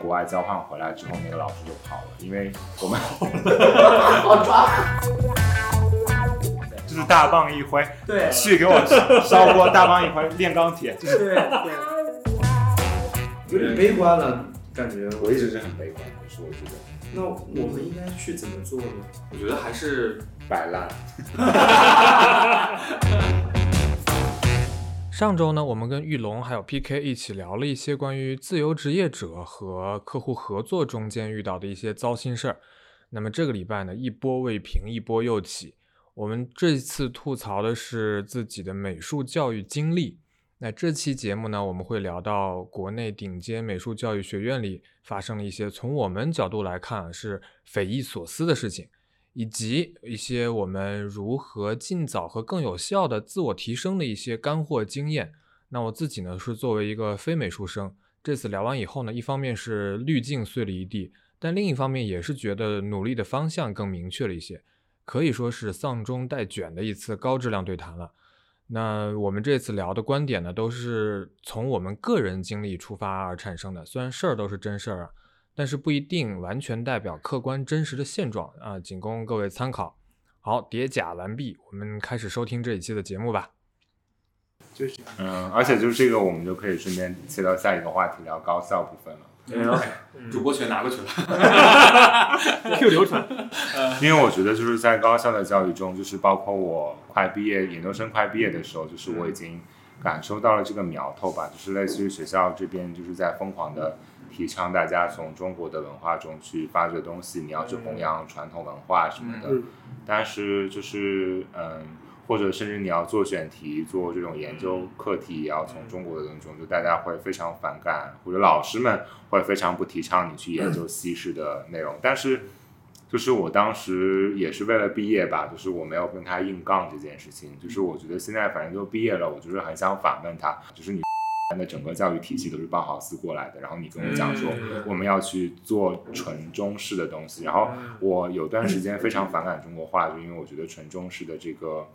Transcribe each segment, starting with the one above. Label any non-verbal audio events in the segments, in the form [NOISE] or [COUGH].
国外交换回来之后，那个老师就跑了，因为我们 [LAUGHS] 好抓， [LAUGHS] 就是大棒一挥，对去给我烧烧锅，大棒一挥炼钢铁，就是 [LAUGHS] 对对，有点悲观了，感觉。我一直是很悲观的，就是我觉得那我们应该去怎么做呢？我觉得还是摆烂。上周呢，我们跟玉龙还有 PK 一起聊了一些关于自由职业者和客户合作中间遇到的一些糟心事儿。那么这个礼拜呢，一波未平，一波又起。我们这次吐槽的是自己的美术教育经历。那这期节目呢，我们会聊到国内顶尖美术教育学院里发生了一些从我们角度来看啊是匪夷所思的事情。以及一些我们如何尽早和更有效的自我提升的一些干货经验。那我自己呢是作为一个非美术生，这次聊完以后呢，一方面是滤镜碎了一地，但另一方面也是觉得努力的方向更明确了一些，可以说是丧中带卷的一次高质量对谈了。那我们这次聊的观点呢，都是从我们个人经历出发而产生的，虽然事儿都是真事儿啊，但是不一定完全代表客观真实的现状啊、仅供各位参考。好，叠甲完毕，我们开始收听这一期的节目吧。就是嗯，而且就是这个，我们就可以顺便切到下一个话题，聊高校部分了。哎主播权拿过去了。 [LAUGHS] 嗯 Q 流程，因为我觉得就是在高校的教育中，就是包括我快毕业，研究生快毕业的时候，就是我已经感受到了这个苗头吧，就是类似于学校这边就是在疯狂的提倡大家从中国的文化中去发掘东西，你要去嗯弘扬传统文化什么的。嗯但是就是嗯，或者甚至你要做选题、做这种研究课题，也要从中国的人中，就大家会非常反感，或者老师们会非常不提倡你去研究西式的内容。但是就是我当时也是为了毕业吧，就是我没有跟他硬杠这件事情，就是我觉得现在反正都毕业了，我就是很想反问他，就是你。 [LAUGHS] 的整个教育体系都是包豪斯过来的，然后你跟我讲嗯说嗯我们要去做纯中式的东西，然后我有段时间非常反感中国话，就因为我觉得纯中式的这个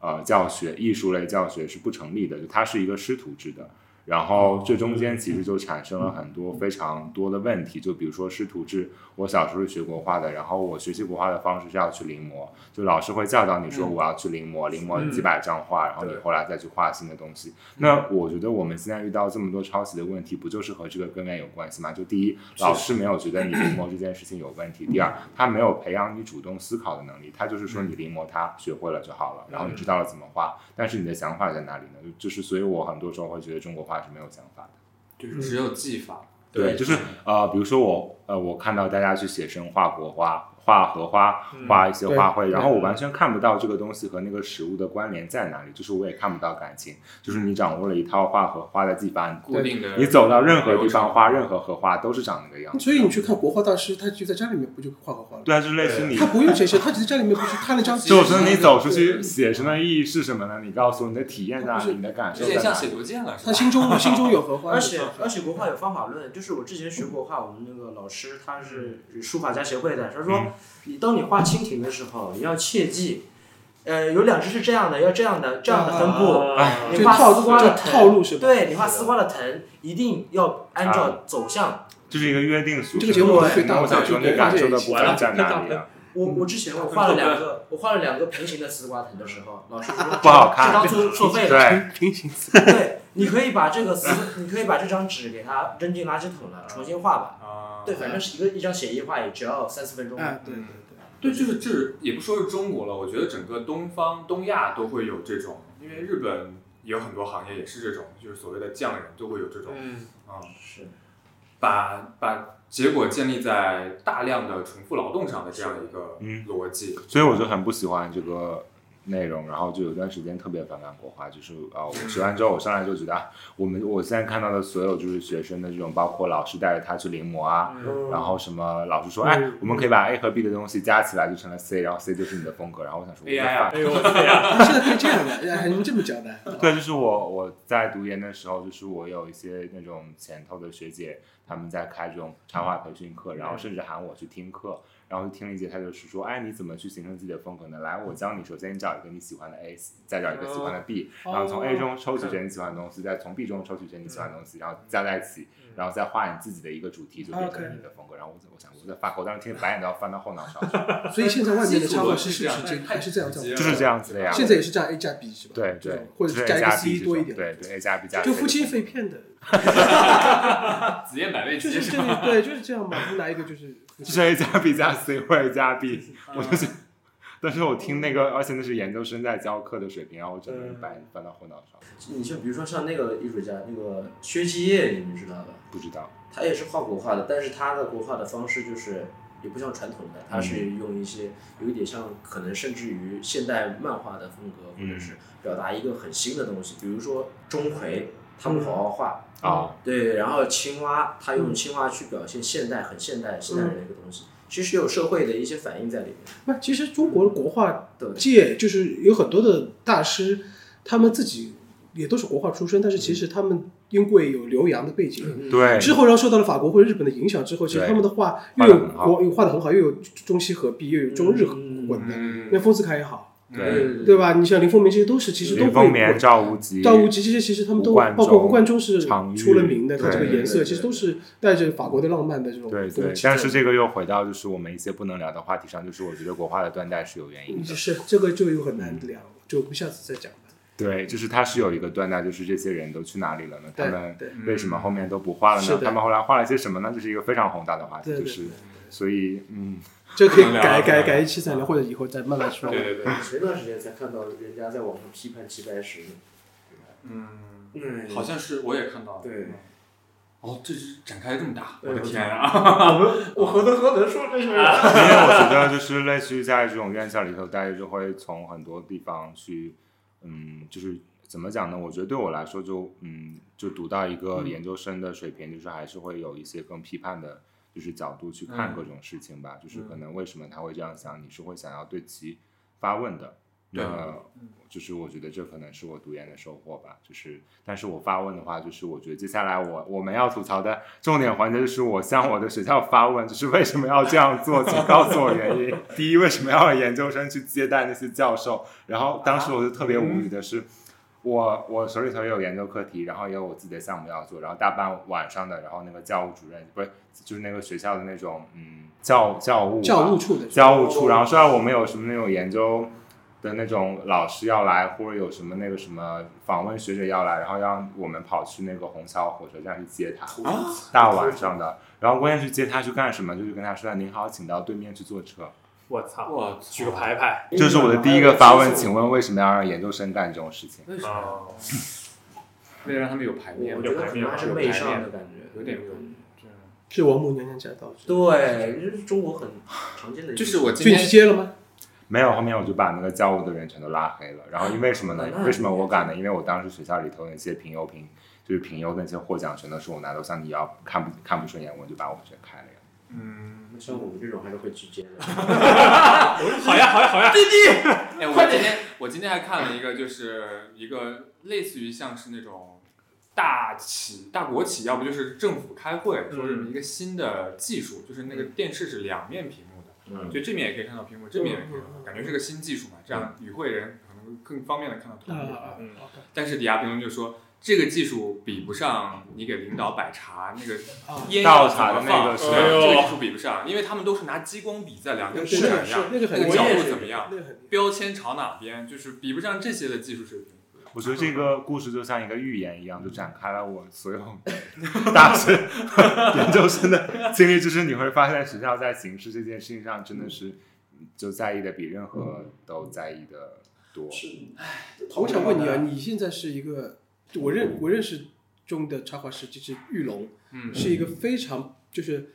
呃教学艺术类教学是不成立的，就它是一个师徒制的。然后这中间其实就产生了很多非常多的问题，就比如说师徒制，我小时候是学国画的，然后我学习国画的方式是要去临摹，就老师会教导你说我要去临摹，临摹几百张画，然后你后来再去画新的东西。那我觉得我们现在遇到这么多抄袭的问题，不就是和这个根源有关系吗？就第一，老师没有觉得你临摹这件事情有问题；第二，他没有培养你主动思考的能力，他就是说你临摹它学会了就好了，然后你知道了怎么画，但是你的想法在哪里呢？就就是，所以我很多时候会觉得中国画是没有想法的。就是嗯只有技法，对，就是呃，比如说我呃，我看到大家去写生、画国画、画荷花、画一些对花卉，然后我完全看不到这个东西和那个食物的关联在哪里，就是我也看不到感情。就是你掌握了一套画荷花的技法，你固定的。你走到任何地方画任何荷花都是长那个样子。所以你去看国画大师，他就在家里面不就画画画了？对啊，就是类似你他不用写生，他只是家里面不是看了张纸。就是你走出去写生的意义是什么呢？你告诉我你的体验在哪不里，是你的感受有在点像哪写里。邮件了，是他吧？心 [LAUGHS] 中心中有荷花。而且而且国画有方法论，就是我之前学国画，我们那个老师他是书法家协会的，他嗯说你当你画蜻蜓的时候，你要切记，呃，有两只是这样的，要这样的这啊样的分布，这你个画套丝路瓜这的个套藤，路是吧？对你画丝瓜的藤一定要按啊照走向就是一个约定俗成。这个节目对最大那我想说，你感受的部分在哪里啊？我我之前我画了两个，我画了两个平行的丝瓜藤的时候，老师说不好看这张作作废了。对，平行四对，你可以把这个 [LAUGHS] 丝，你可以把这张纸给它扔进垃圾桶了，重新画吧。啊对，反正是一个一张写意画，也只要三四分钟。哎，对对对，就是这也不说是中国了，我觉得整个东方、东亚都会有这种，因为日本也有很多行业也是这种，就是所谓的匠人都会有这种，嗯，嗯，是，把把结果建立在大量的重复劳动上的这样一个嗯逻辑。所以我就很不喜欢这个内容，然后就有段时间特别反感国画，就是啊、我学完之后我上来就觉得，啊我们我现在看到的所有就是学生的这种，包括老师带着他去临摹啊，嗯然后什么老师说，哎，我们可以把 A 和 B 的东西加起来就成了 C，然后 C 就是你的风格，然后我想说 AI 我啊哎呦我的呃天，对，现在可以这样的，哎还能这么交代？对，就是我我在读研的时候，就是我有一些那种前头的学姐，他们在开这种插画培训课，然后甚至喊我去听课，然后听了一节，他就是说，哎，你怎么去形成自己的风格呢？来，我教你，首先你找一个你喜欢的 A，再找一个喜欢的 B，、然后从 A 中抽取一些你喜欢的东西，再从 B 中抽取一些你喜欢的东西，然后加在一起，然后再画你自己的一个主题，就变成你的风格。然后我我想我在法国，当时听白眼都要翻到后脑勺去了，所以现在外面的插画基师是础逻辑不是这是这样还是这样这样？ [LAUGHS] 就是这样子的呀。现在也是这样 A 加 B 是吧？对对，或者就是 A 加一个加 C B 多一点，对对 A 加 B 加 C 就夫妻肺片的，子夜买位就机是是这吧？个对，就是这样嘛。你拿一个 [LAUGHS] 就是夫就妻是 A 加 B 加 C 或者 A 加 B，我嗯就是。但是我听那个，而且那是研究生在教课的水平，然后我整个人白翻到后脑勺，你像比如说像那个艺术家那个薛继业，你们知道吧？不知道。他也是画国画的，但是他的国画的方式就是也不像传统的，他是用一些有一点像可能甚至于现代漫画的风格，嗯或者是表达一个很新的东西，比如说钟馗，他不好好画。哦啊，对，然后青蛙，他用青蛙去表现现代，很现代现代人的一个东西，其实有社会的一些反应在里面。那其实中国的国画对界就是有很多的大师，他们自己也都是国画出身，但是其实他们因为有留洋的背景。嗯对，之后，然后受到了法国或者日本的影响之后，其实对他们的画画又得有很好国又画的很好，又有中西合璧，又有中日嗯混的。嗯那丰子恺也好，对，对吧？你像林风眠这些都是，其实都林会风眠、混。啊赵无极、赵无极这些其实他们都，吴冠中包括吴冠中是常玉出了名的，他这个对颜色对其实都是带着法国的浪漫的这种对风对，气在。但是这个又回到就是我们一些不能聊的话题上，就是我觉得国画的断代是有原因的。嗯是这个就有很难聊，就我们下次再讲吧。对，就是它是有一个断代，就是这些人都去哪里了呢？他对们对嗯为什么后面都不画了是呢？的他们后来画了些什么呢？这是一个非常宏大的话题，对对就是对所以嗯，这可以能聊改了改改一期再聊，或者以后再慢慢说。对对对，前段时间才看到人家在网上批判齐白石，嗯，嗯好像是我也看到了。嗯对哦，这是展开这么大，我对的天啊！我何德何能说这事儿啊？因为我觉得就是类似于在这种院校里头，大家就会从很多地方去，嗯，就是怎么讲呢？我觉得对我来说就，嗯，就读到一个研究生的水平，就是还是会有一些更批判的，就是角度去看嗯各种事情吧。就是嗯可能为什么他会这样想，你是会想要对其发问的。对那就是我觉得这可能是我读研的收获吧。就是，但是我发问的话，就是我觉得接下来我我们要吐槽的重点环节就是我向我的学校发问，就是为什么要这样做，请告诉我原 [LAUGHS] 因。第一，为什么要有研究生去接待那些教授？然后当时我就特别无语的是。我我手里头也有研究课题，然后也有我自己的项目要做，然后大半晚上的，然后那个教务主任不是就是那个学校的那种嗯教教务吧教务处的教务处，然后说要我们有什么那种研究的那种老师要来，或者有什么那个什么访问学者要来，然后让我们跑去那个虹桥火车站去接他，啊 [LAUGHS] 大晚上的。然后关键是接他去干什么？就是跟他说您好，请到对面去坐车。我操， [LAUGHS] 我举个牌牌嗯这是我的第一哎个发问，请问为什么要让研究生干这种事情？为什么？啊，为了让他们有排面，嗯我觉得可能还是媚上的感觉，有点有是王母娘娘驾到。对，这是中国很常见的一个。就是我今就你去天接了吗？没有，后面我就把那个教务的人全都拉黑了。然后因为什么呢啊？那为什么我敢呢？因为我当时学校里头那些评优评，就是评优那些获奖全都是我拿头像，你要看不看不顺眼，我就把我全开了呀。嗯，像我们这种还是会去接的。好呀好呀好呀，哎，我今天我今天还看了一个，就是一个类似于像是那种大企大国企，要不就是政府开会，说是一个新的技术，就是那个电视是两面屏幕的，嗯，就这面也可以看到屏幕，这面也可以看到，感觉是个新技术嘛，这样与会人可能更方便的看到图片。啊，嗯但是底下评论就说。这个技术比不上你给领导摆茶那个啊烟倒要怎茶么的那放个是对吧这个技术比不上，因为他们都是拿激光笔在量，跟是布的展一是样的。那个很那个厉角害度怎么样？那个很厉标签朝哪边，就是比不上这些的技术水平。我觉得这个故事就像一个寓言一样，就展开了我所有大学研究生的经历。就是你会发现，学校在形式这件事情上，真的是就在意的比任何嗯都在意的多。害。我想问你啊，你现在是一个，我认我认识中的插画师就是玉龙，嗯是一个非常就是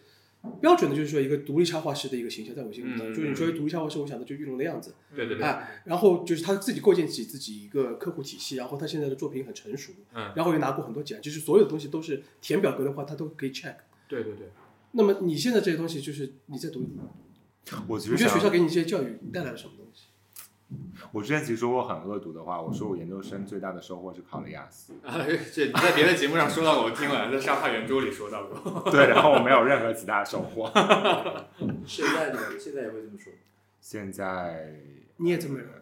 标准的，就是说一个独立插画师的一个形象，在我心目中，嗯就是你说独立插画师，我想的就玉龙的样子。对对对，哎，然后就是他自己构建起自己一个客户体系，然后他现在的作品很成熟，嗯，然后又拿过很多奖，就是所有的东西都是填表格的话，他都可以 check。对对对，那么你现在这些东西，就是你在读，我其你实觉得想学校给你这些教育带来了什么东西？我之前其实说过很恶毒的话，我说我研究生最大的收获是考了雅 [LAUGHS] 思，啊，这你在别的节目上说到过，我听了，在《沙发圆桌》里说到过。对，然后我没有任何其他收获。现在呢？现在也会这么说。现在你也这么认为？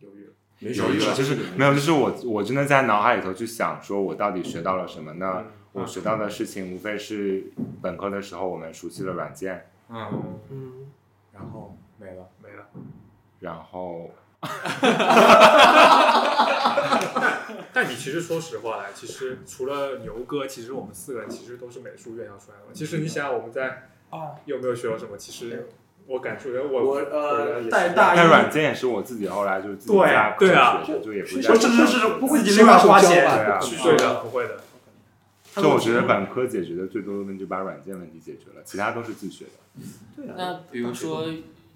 犹豫了。有一个就是没有，就是我我真的在脑海里头去想，说我到底学到了什么呢？我学到的事情无非是本科的时候我们熟悉的软件，嗯，嗯，然后没了。没了。然后但你其实说实话来，其实除了牛哥，其实我们四个人其实都是美术院校出来的。其实你想想我们在啊，有没有学到什么？其实我感触，我我回来也呃是带大但一，软件也是我自己后来就是自己对在对啊学的，就也不是在我甚至是不会自己另外手花教钱，对啊吧，去对的，不会的。就我觉得本科解决的最多的问题，把软件问题解决了，其他都是自学的。对啊，那比如说，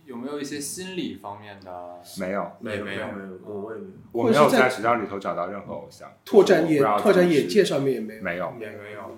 有没有一些心理方面的？没有，没有没有没有，我我也没有。我或没者是有在在学校里头找到任何偶像，拓展眼我不知道拓展自己眼界是上面也没有，没有。也没有。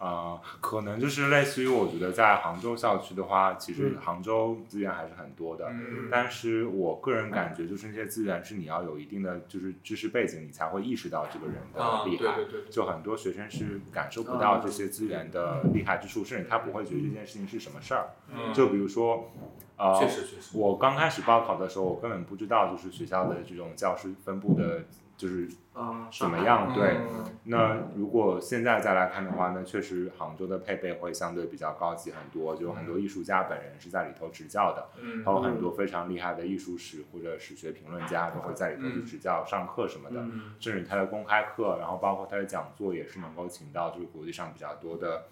呃，可能就是类似于我觉得在杭州校区的话，其实嗯杭州资源还是很多的，嗯但是我个人感觉就是那些资源是你要有一定的就是知识背景，你才会意识到这个人的啊，对厉对害。对对。就很多学生是感受不啊到这些资源的厉害之处，甚至他不会觉得这件事情是什么事儿。嗯，就比如说，呃，确实确实。我刚开始报考的时候，我根本不知道就是学校的这种教师分布的，就是啊，怎么样。对，嗯那如果现在再来看的话，那确实杭州的配备会相对比较高级很多，就很多艺术家本人是在里头执教的，嗯还有很多非常厉害的艺术史或者史学评论家都会在里头去执教、上课什么的，嗯甚至他的公开课，然后包括他的讲座也是能够请到就是国际上比较多的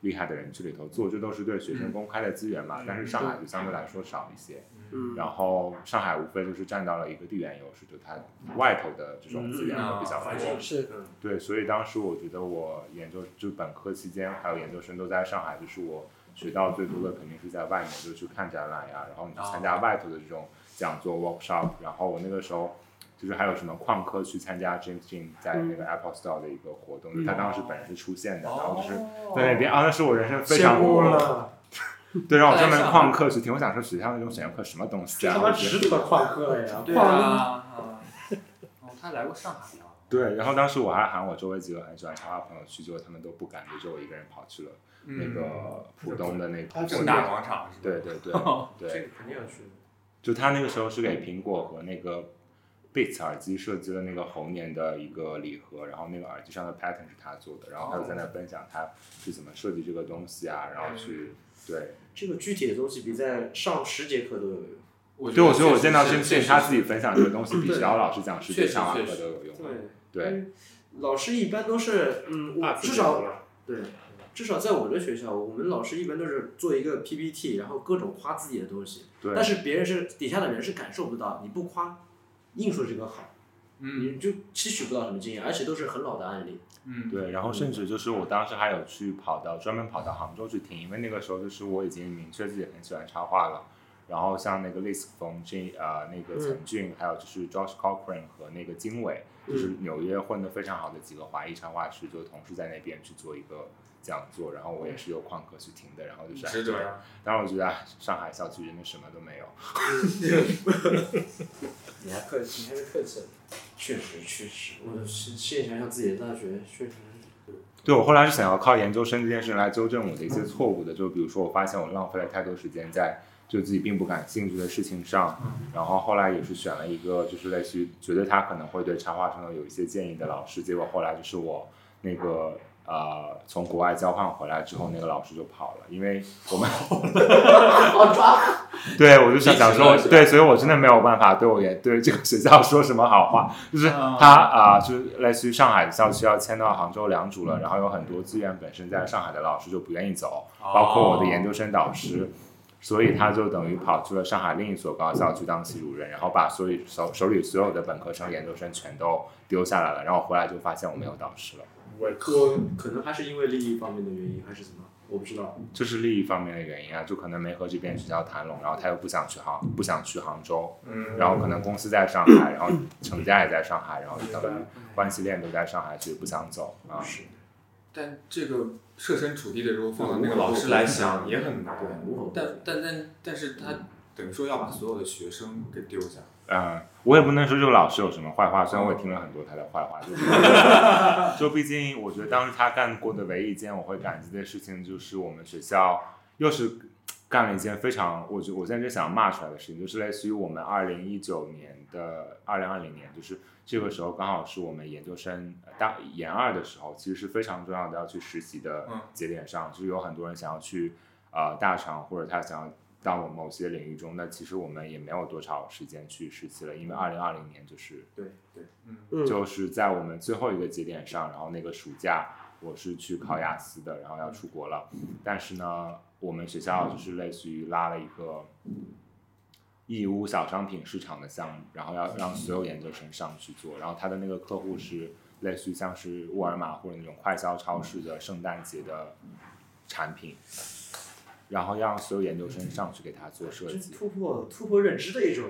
厉害的人去里头做，这都是对学生公开的资源嘛。嗯但是上海就相对来说少一些，嗯，然后上海无非就是占到了一个地缘优势，就它外头的这种资源会比较嗯啊多。是对，所以当时我觉得我研究就本科期间还有研究生都在上海，就是我学到最多的肯定是在外面，就去看展览呀，然后你去参加外头的这种讲座 workshop，然后我那个时候就是还有什么旷课去参加 James Jin 在那嗯个 Apple Store 的一个活动，就他当时本人是出现哦的，然后就是在那边啊，那是我人生非常羡慕了， [LAUGHS] 对，让我专门看来上旷课去听，我想说学校那种选修课什么东西啊，他我妈觉得值得旷课呀！对啊啊。哦，他来过上海啊。对，然后当时我还喊我周围几个很喜欢插画朋友去，结果他们都不敢，就只有我一个人跑去了那个浦东的那个他正嗯大广场是吧？哦对对对这对，个肯定要去的。就他那个时候是给苹果和那个 Beats 耳机设计了那个猴年的一个礼盒，然后那个耳机上的 pattern 是他做的，然后他就哦在那分享他是怎么设计这个东西啊，然后去嗯对，这个具体的东西比在上十节课都有用。我对我觉得我确实见到是 Jim 确 Jin 实他是自己分享这个东西，比对学校老师讲世界确实上网确课实都有用，对，对，嗯老师一般都是，嗯，我啊至少了对，至少在我的学校，我们老师一般都是做一个 PPT，然后各种夸自己的东西，对但是别人是底下的人是感受不到，你不夸，硬说这个好，嗯你就吸取不到什么经验，而且都是很老的案例。嗯对，然后甚至就是我当时还有去跑到专门跑到杭州去听，因为那个时候就是我已经明确自己很喜欢插画了。然后像那个 l i s 冯俊呃那个陈俊，还有就是 Josh Cochran 和那个经纬，就是纽约混得非常好的几个华裔插画师，就同时在那边去做一个讲座。然后我也是有旷课去听的，然后就是值得呀。当然我觉得哎上海校区真的什么都没有。你还客气，你还是嗯客气了。确实，确实，我现现在想想自己的大学，确实对，我后来是想要靠研究生这件事来纠正我的一些错误的，就比如说我发现我浪费了太多时间在就自己并不感兴趣的事情上，然后后来也是选了一个就是类似于觉得他可能会对插画上头有一些建议的老师，结果后来就是我那个呃从国外交换回来之后，那个老师就跑了，因为我 [LAUGHS] 们好抓，对我就想想说离职了对，所以我真的没有办法对我也对这个学校说什么好话，就是他啊、就是类似于上海的校区要迁到杭州良渚了，然后有很多资源本身在上海的老师就不愿意走，包括我的研究生导师，所以他就等于跑去了上海另一所高校去当系主任，然后把所有手手里所有的本科生、研究生全都丢下来了，然后回来就发现我没有导师了，我可能还是因为利益方面的原因，还是怎么，我不知道。这是利益方面的原因啊，就可能没和这边学校谈拢，然后他又不想去杭不想去杭州，嗯，然后可能公司在上海，然后成家也在上海，然后就等于关系链都在上海，所以不想走啊。但这个设身处地的，如果放到那个老师来想，也很难。对，无法。但但但但是他等于说要把所有的学生给丢下。嗯，我也不能说这个老师有什么坏话，虽然我也听了很多他的坏话，就是就毕竟我觉得当时他干过的唯一一件我会感激的事情，就是我们学校又是干了一件非常，我觉我现在就想骂出来的事情，就是类似于我们二零一九年的二零二零年，就是这个时候刚好是我们研究生呃大研二的时候，其实是非常重要的要去实习的嗯节点上，就是有很多人想要去呃大厂或者他想要到某些领域中，那其实我们也没有多少时间去实习了，因为二零二零年就是对对，嗯，就是在我们最后一个节点上，然后那个暑假我是去考雅思的，然后要出国了，但是呢，我们学校就是类似于拉了一个义乌小商品市场的项目，然后要让所有研究生上去做，然后他的那个客户是类似于像是沃尔玛或者那种快销超市的圣诞节的产品。然后让所有研究生上去给他做设真计，突破突破认知的一种，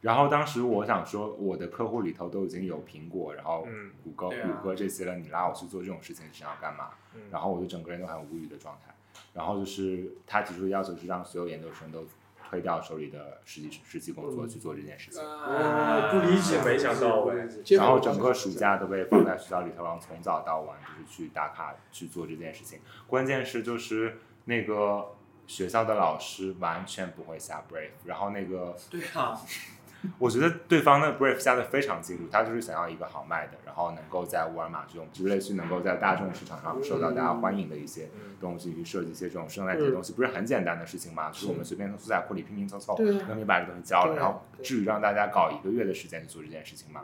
然后当时我想说，我的客户里头都已经有苹果，然后嗯谷歌、对啊谷歌这些了，你拉我去做这种事情是要干嘛？嗯然后我就整个人都很无语的状态。然后就是他提出的要求是让所有研究生都推掉手里的实际实际工作去做这件事呃情。我啊不理解，没想到哎结果然后整个暑假都被放在学校里头，然后从早到晚就是去打卡去做这件事情。关键是就是那个学校的老师完全不会下 brief，然后那个对啊，嗯我觉得对方的 brief 下的非常清楚，他就是想要一个好卖的，然后能够在沃尔玛这种，就是类似于能够在大众市场上受到大家欢迎的一些嗯东西，去设计一些这种圣诞节的东西，不是很简单的事情吗？就是我们随便从素材库里拼拼凑凑，对啊能给把这东西交了，对啊然后至于让大家搞一个月的时间去做这件事情吗？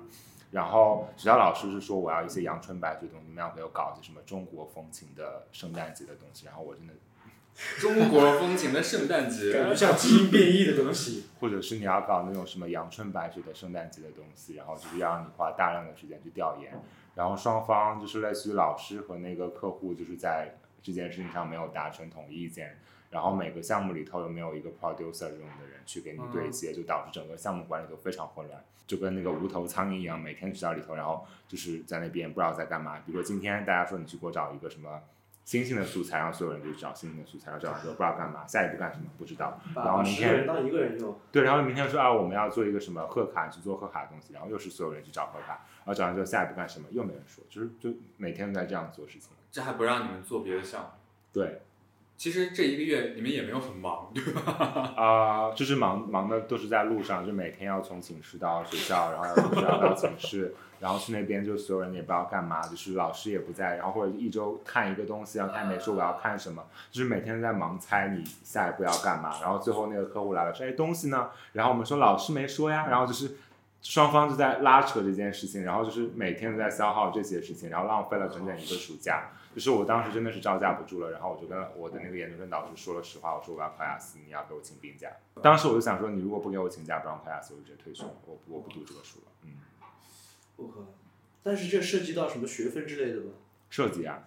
然后学校老师是说我要一些阳春白雪的东西，你们要给我搞一些什么中国风情的圣诞节的东西，然后我真的中国风情的圣诞节，感觉像基因变异的东西。或者是你要搞那种什么阳春白雪的圣诞节的东西，然后就是要让你花大量的时间去调研，然后双方就是类似于老师和那个客户就是在这件事情上没有达成统一意见，然后每个项目里头又没有一个 producer 这种的人去给你对接，就导致整个项目管理都非常混乱，就跟那个无头苍蝇一样，每天学校里头，然后就是在那边不知道在干嘛。比如说今天大家说你去给我找一个什么。新兴的素材，然后所有人就去找新兴的素材，然后找说不知道干嘛，下一步干什么不知道，把然后把明十个天人当一个人用，对，然后明天说啊，我们要做一个什么贺卡，去做贺卡的东西，然后又是所有人去找贺卡，然后找完之后下一步干什么，又没人说，就是就每天都在这样做事情。这还不让你们做别的项目。对，其实这一个月你们也没有很忙，对吧？啊、就是忙忙的都是在路上，就每天要从寝室到学校，然后从学校到寝室， [LAUGHS] 然后去那边就所有人也不知道干嘛，就是老师也不在，然后或者一周看一个东西，然后他也没说我要看什么，就是每天都在忙猜你下一步要干嘛，然后最后那个客户来了说，哎，东西呢？然后我们说老师没说呀，然后就是。双方就在拉扯这件事情，然后就是每天都在消耗这些事情，然后浪费了整整一个暑假。就是我当时真的是招架不住了，然后我就跟我的那个研究生导师说了实话，我说我要考雅思，你要给我请病假。嗯当时我就想说，你如果不给我请假，不让我考雅思，我就直接退学，我不我不读这个书了。嗯，我靠！但是这涉及到什么学分之类的吧？设计啊，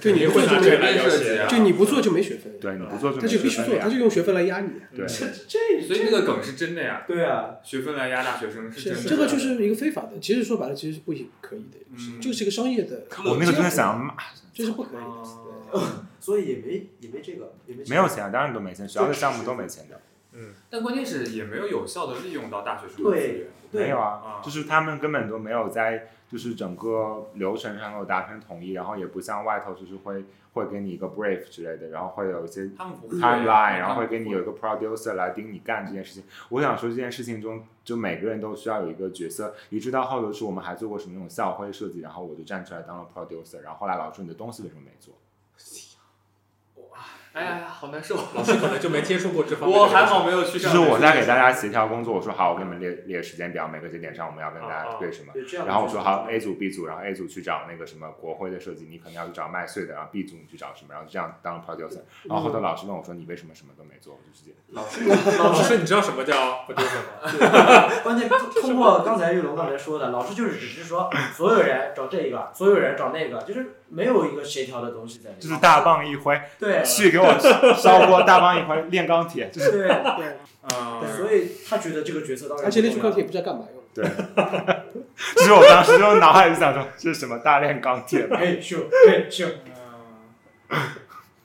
对你不做就拿没这来要挟啊就你不做就没学分，对你不啊做就他没就必学须分了做，呀他。就用学分来压你。对，这这所以那个梗是真的呀，对啊，学分来压大学生是真的。这个就是一个非法的，其实说白了其实是不可以的，嗯就是一个商业的。我那个真的想要骂，这是不可以的。哦所以也没也没这个，也没这个没有钱，当然都没钱，学校的项目都没钱的， [LAUGHS] 但关键是也没有有效的利用到大学生的资对源。对没有啊啊，就是他们根本都没有在就是整个流程上都达成统一，然后也不像外头就是会会给你一个 brief 之类对，然后会有一些他们不会 timeline，然后会给你有一个 producer 来盯你干这件事情。我想说这件事情中，就每个人都需要有一个角色，以致到后头是我们还做过什么那种校徽设计，然后我就站出来当了 producer，然后后来老师说你的东西为什么没做？哎呀，好难受。老师可能就没接触过这方面。我还好没有去就上。是我在给大家协调工作，我说好，我给你们列列时间表，每个节点上我们要跟大家对什么。对这样的然后我说就是好，A 组、B 组，然后 A 组去找那个什么国徽的设计，你可能要去找麦穗的，然后 B 组你去找什么，然后这样当 producer。然后后头老师问我说你为什么什么都没做，我就直接老师老师，你知道什么叫不丢人吗？关键通通过刚才玉龙刚才说的，老师就是只是说所有人找这个，所有人找那个，就是没有一个协调的东西在里面。就是大棒一挥，对去给我烧锅，大棒一挥炼钢铁，就是对，对，嗯，所以他觉得这个角色当然而且那不句重钢要铁也不知道干嘛用。就是我当时就脑海里想说，这是什么大炼钢铁吧？嘿咻嘿咻，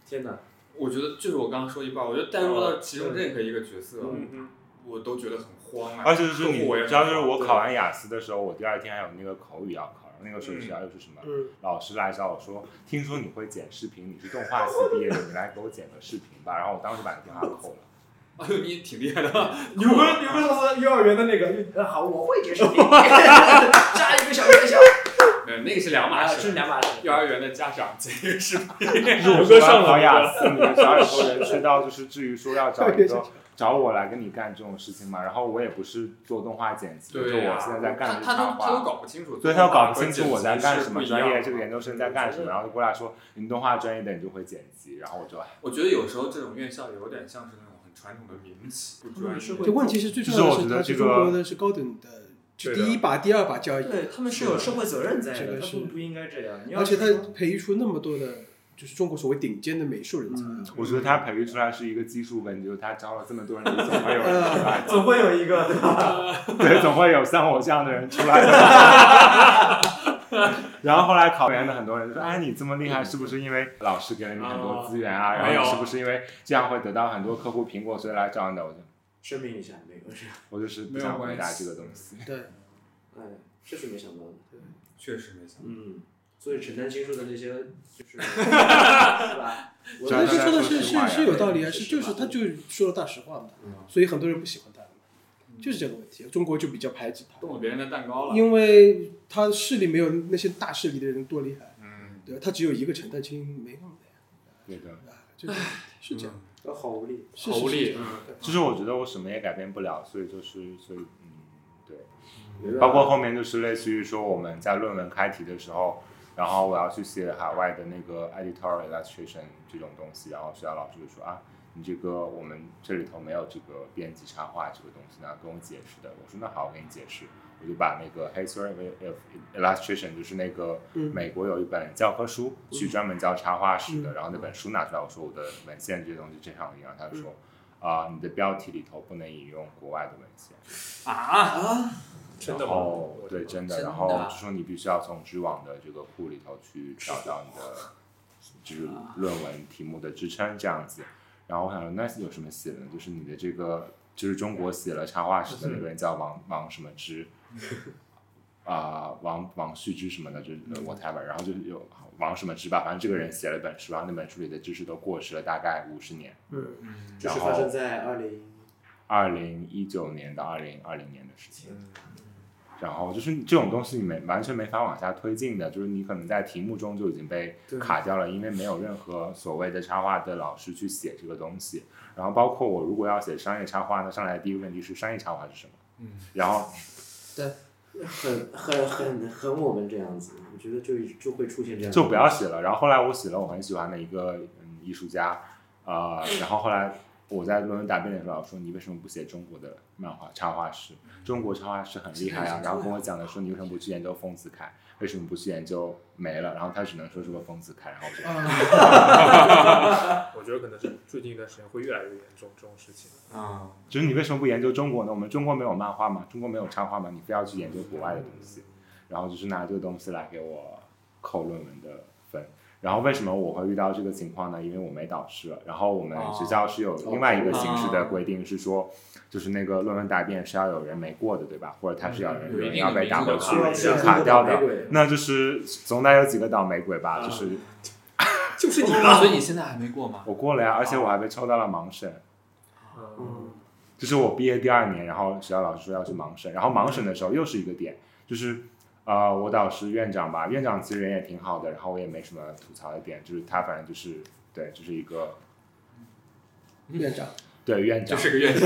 天哪！我觉得就是我刚刚说一半，我觉得带入到其中任何一个角色，嗯我都觉得很慌 [LAUGHS] 啊。而且就是客你户我也知道，很就是慌我对考完雅思的时候，我第二天还有那个口语要考，然后那个时候学校又是什么？嗯，老师来找我说，听说你会剪视频，你是动画系毕业的，你来给我剪个视频吧。然后我当时把那电话扣了。哎呦，你也挺厉害的，你们你们上次幼儿园的那个，呃，好，我会解释 [LAUGHS] 你，加一个小学校，对，那个是两码啊，是事。两码事。幼儿园的家长这个是我哥上考了雅那个，思，你们小以后能吃到，就是至于说要找一个找我来跟你干这种事情嘛。然后我也不是做动画剪辑，就对呀我现在在干他的是他插都他都画。搞不清楚，所以他搞不清楚我在干什么专业，这个研点。究生在干什么，然后就过来说你们动画专业的你就会剪辑，然后我就我觉得有时候这种院校有点像是那种很传统的民企不专业。是会这问题是最重要的是，它是中国的是高等的，是第一把、第二把交椅，对他们是有社会责任在这的，个他是们不应该这样。你要而且是它培育出那么多的，就是中国所谓顶尖的美术人才。嗯，我觉得他培育出来是一个基数问题，就是他招了这么多人，总会有人出来，总会有一个对，总会有像我这样的人出来的。然后后来考研的很多人说：“哎，你这么厉害，是不是因为老师给了你很多资源哦啊？然没后有你是不是因为这样会得到很多客户苹果，所以来找你的？”我就声明一下，没有这样，我就是不想回答这个东西。对，哎，这是没想到的。确实没想到。嗯，所以陈丹青说的那些就是是吧？我对嗯对但是对说说的是实话是呀是有道理啊，是是就吧是他就说了大实话嘛嗯，所以很多人不喜欢他，嗯就是这个问题。中国就比较排挤他，动了别人的蛋糕了，因为他势力没有那些大势力的人多厉害，嗯，对吧？他只有一个陈丹青没那么对厉的，害，就是是嗯这样，都好无力。是好无是力是就是我觉得我什么也改变不了，所以就是所以嗯，对。没办法包括后面就是类似于说我们在论文开题的时候，然后我要去写海外的那个 editorial illustration 这种东西，然后学校老师就说啊，你这个我们这里头没有这个编辑插画这个东西，你要跟我解释的。我说那好，我给你解释。我就把那个 history of illustration，就是那个嗯美国有一本教科书，去专门教插画史的，然后那本书拿出来，我说我的文献这些东西这上引，然后他就说啊、你的标题里头不能引用国外的文献。啊，真的然吗后？对，真的。真的然后就说你必须要从知网的这个库里头去找到 [LAUGHS] 你的就是论文题目的支撑这样子。然后我想说，那有什么写的呢？就是你的这个，就是中国写了插画史的那个人叫王王什么 [LAUGHS] 之，啊、王王旭之什么的，就是呃嗯 whatever。然后就有王什么之吧，反正这个人写了一本书，然后那本书里的知识都过时了大概五十年，嗯这然是后发生在二零二零一九年到二零二零年的事情。然后就是这种东西，你没完全没法往下推进的，就是你可能在题目中就已经被卡掉了，因为没有任何所谓的插画的老师去写这个东西。然后包括我如果要写商业插画，那上来的第一个问题是商业插画是什么？嗯，然后很很很很我们这样子，我觉得就就会出现这样的就不要写了。然后后来我写了我很喜欢的一个嗯艺术家，呃，然后后来我在论文答辩的时候，老师说你为什么不写中国的漫画插画师？中国插画师很厉害啊。然后跟我讲的说你为什么不去研究丰子恺？为什么不去研究梅了？然后他只能说是个丰子恺，然后我就 [LAUGHS] 啊，我觉得可能是最近一段时间会越来越严重这种事情。啊，就是你为什么不研究中国呢？我们中国没有漫画吗？中国没有插画吗？你非要去研究国外的东西，然后就是拿这个东西来给我扣论文的分。然后为什么我会遇到这个情况呢？因为我没导师了。然后我们学校是有另外一个形式的规定，是说，就是那个论文答辩是要有人没过的，对吧？或者他是要有人有一定的要被打回去名额啊，的是是卡掉的。的。那就是总得有几个倒霉鬼吧？就是就是你了，所以你现在还没过吗？我过了呀，而且我还被抽到了盲审。嗯，就是我毕业第二年，然后学校老师说要去盲审，然后盲审的时候又是一个点，就是呃，我导师院长吧，院长其实人也挺好的，然后我也没什么吐槽的点，就是他反正就是对，就是一个院长，对院就长，是个院校，就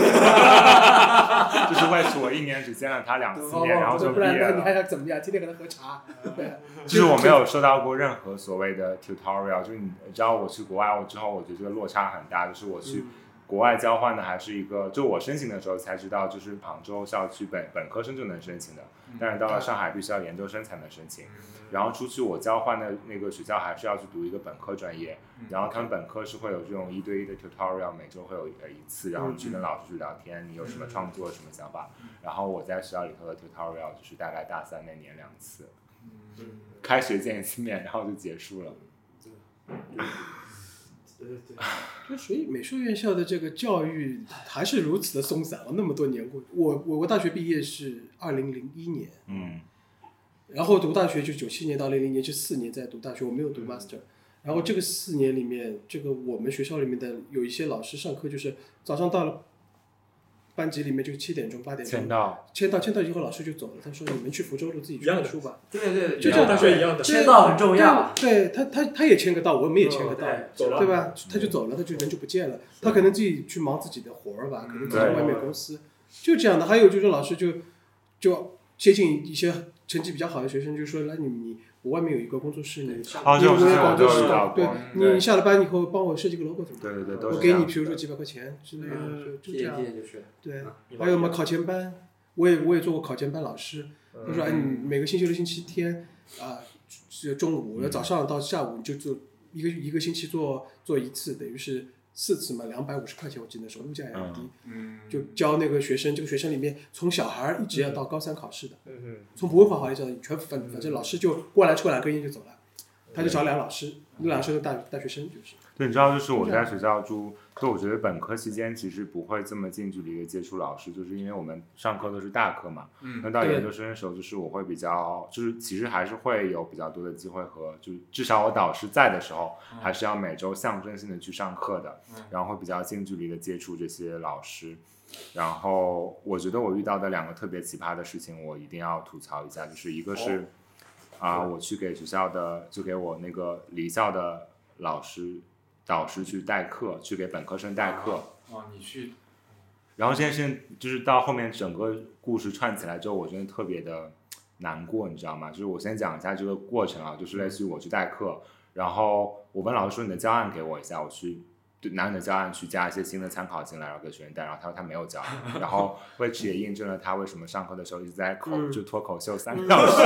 是为此我一年只见了他两次面，然后就哦不毕业然你还了。要怎么样？天天跟他喝茶，嗯就是我没有受到过任何所谓的 tutorial，就是你知道我去国外我之后，我觉得这个落差很大，就是我去。国外交换的还是一个，就我申请的时候才知道，就是杭州校区本本科生就能申请的，但是到了上海必须要研究生才能申请。然后出去我交换的那个学校还是要去读一个本科专业，然后他们本科是会有这种一对一的 tutorial，每周会有呃一次，然后你去跟老师去聊天，你有什么创作什么想法。然后我在学校里头的 tutorial 就是大概大三那年两次，开学见一次面，然后就结束了。对对对，对，所以美术院校的这个教育还是如此的松散了。那么多年过去，我我我大学毕业是二零零一年，嗯然后读大学就九七年到零零年，就四年在读大学，我没有读嗯 master。然后这个四年里面，这个我们学校里面的有一些老师上课就是早上到了班级里面就七点钟八点钟签到，签到签到以后老师就走了，他说你们去福州路自己去一样看的书吧。对对，就像大学一样的，这签到很重要，对他他他也签个到，我们也签个到。对，走了对吧？他就走了，他就人就不见了，他可能自己去忙自己的活儿吧，可能嗯自己外面公司，就这样的。还有就是老师就就接近一些成绩比较好的学生，就说来你你我外面有一个工作室，你哦，这种事情我就遇到对过，你下了班以后帮我设计个 logo 怎么对样？对对，都我是给这样你子比如说的几百块钱之类的，嗯就就这样。业就是对，啊嗯还有嘛考前班，我也我也做过考前班老师，嗯他说哎你每个星期六星期天啊，是中午早上到下午你就做一个一个星期做做一次，等于是四次嘛，两百五十块钱我记得是物价也很低，嗯，就教那个学生，这个学生里面从小孩儿一直要到高三考试的，嗯从不会画画一直到全嗯反反正老师就过来抽两根烟就走了，他就找俩老师，那俩老师都大大学生就是，对，你知道，就是我在学校住，就我觉得本科期间其实不会这么近距离的接触老师，就是因为我们上课都是大课嘛。嗯那到对研究生的时候，就是我会比较，就是其实还是会有比较多的机会和，就是至少我导师在的时候，嗯还是要每周象征性的去上课的嗯，然后会比较近距离的接触这些老师。然后我觉得我遇到的两个特别奇葩的事情，我一定要吐槽一下，就是一个是。哦啊，我去给学校的，就给我那个离校的老师、导师去代课，去给本科生代课。哦，你去然后这件事情就是到后面整个故事串起来之后，我真的特别的难过，你知道吗？就是我先讲一下这个过程啊，就是类似于我去代课，然后我问老师说你的教案给我一下，我去对拿你的教案去加一些新的参考进来，然后给学生带。然后他说他没有教案，然后 which 也印证了他为什么上课的时候一直在口、嗯就脱口秀三个小时，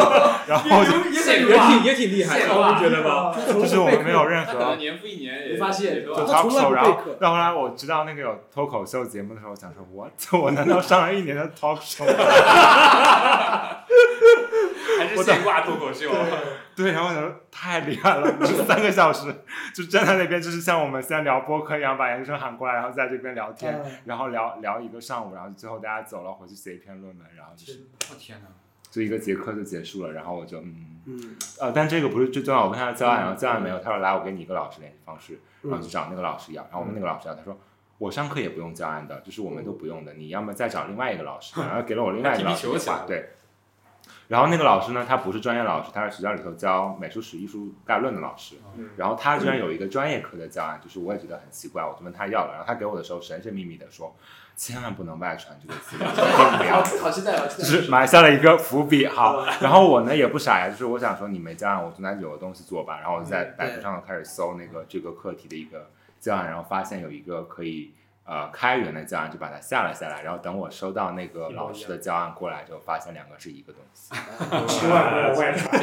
[LAUGHS] 然后就也挺也挺也挺厉害现的，挂你觉得吗？就是我们没有任他何可能年复一年也没发现也都就他他从手，来不然备后课到后来我知道那个有脱口秀节目的时候，我想说我我难道上了一年的 talk show？吗还是现挂脱口秀，对，然后我想说太厉害了，就三个小时就站在那边，就是像我们现在聊播客一样，把研究生喊过来，然后在这边聊天，嗯然后聊聊一个上午，然后最后大家走了回去写一篇论文，然后就是我天哪！就一个节课就结束了，然后我就嗯嗯，呃，但这个不是最重要，我问他教案，然后教案没有，他说来我给你一个老师联系方式，然后去找那个老师要，然后我们那个老师要，他说我上课也不用教案的，就是我们都不用的，你要么再找另外一个老师，然后给了我另外一个老师还踢皮球电起来话了，对。然后那个老师呢，他不是专业老师，他是学校里头教美术史、艺术概论的老师。嗯然后他居然有一个专业课的教案，就是我也觉得很奇怪，我就问他要了，然后他给我的时候神神秘秘的说，千万不能外传这个资料，一定不要好，。好期待了，期就待是埋下了一个伏笔哦好，然后我呢也不傻呀，就是我想说你没教案，我总得有个东西做吧。然后我就在嗯百度上开始搜那个这个课题的一个教案，然后发现有一个可以呃开源的教案，就把它下了下来。然后等我收到那个老师的教案过来，就发现两个是一个东西。千万不要外传。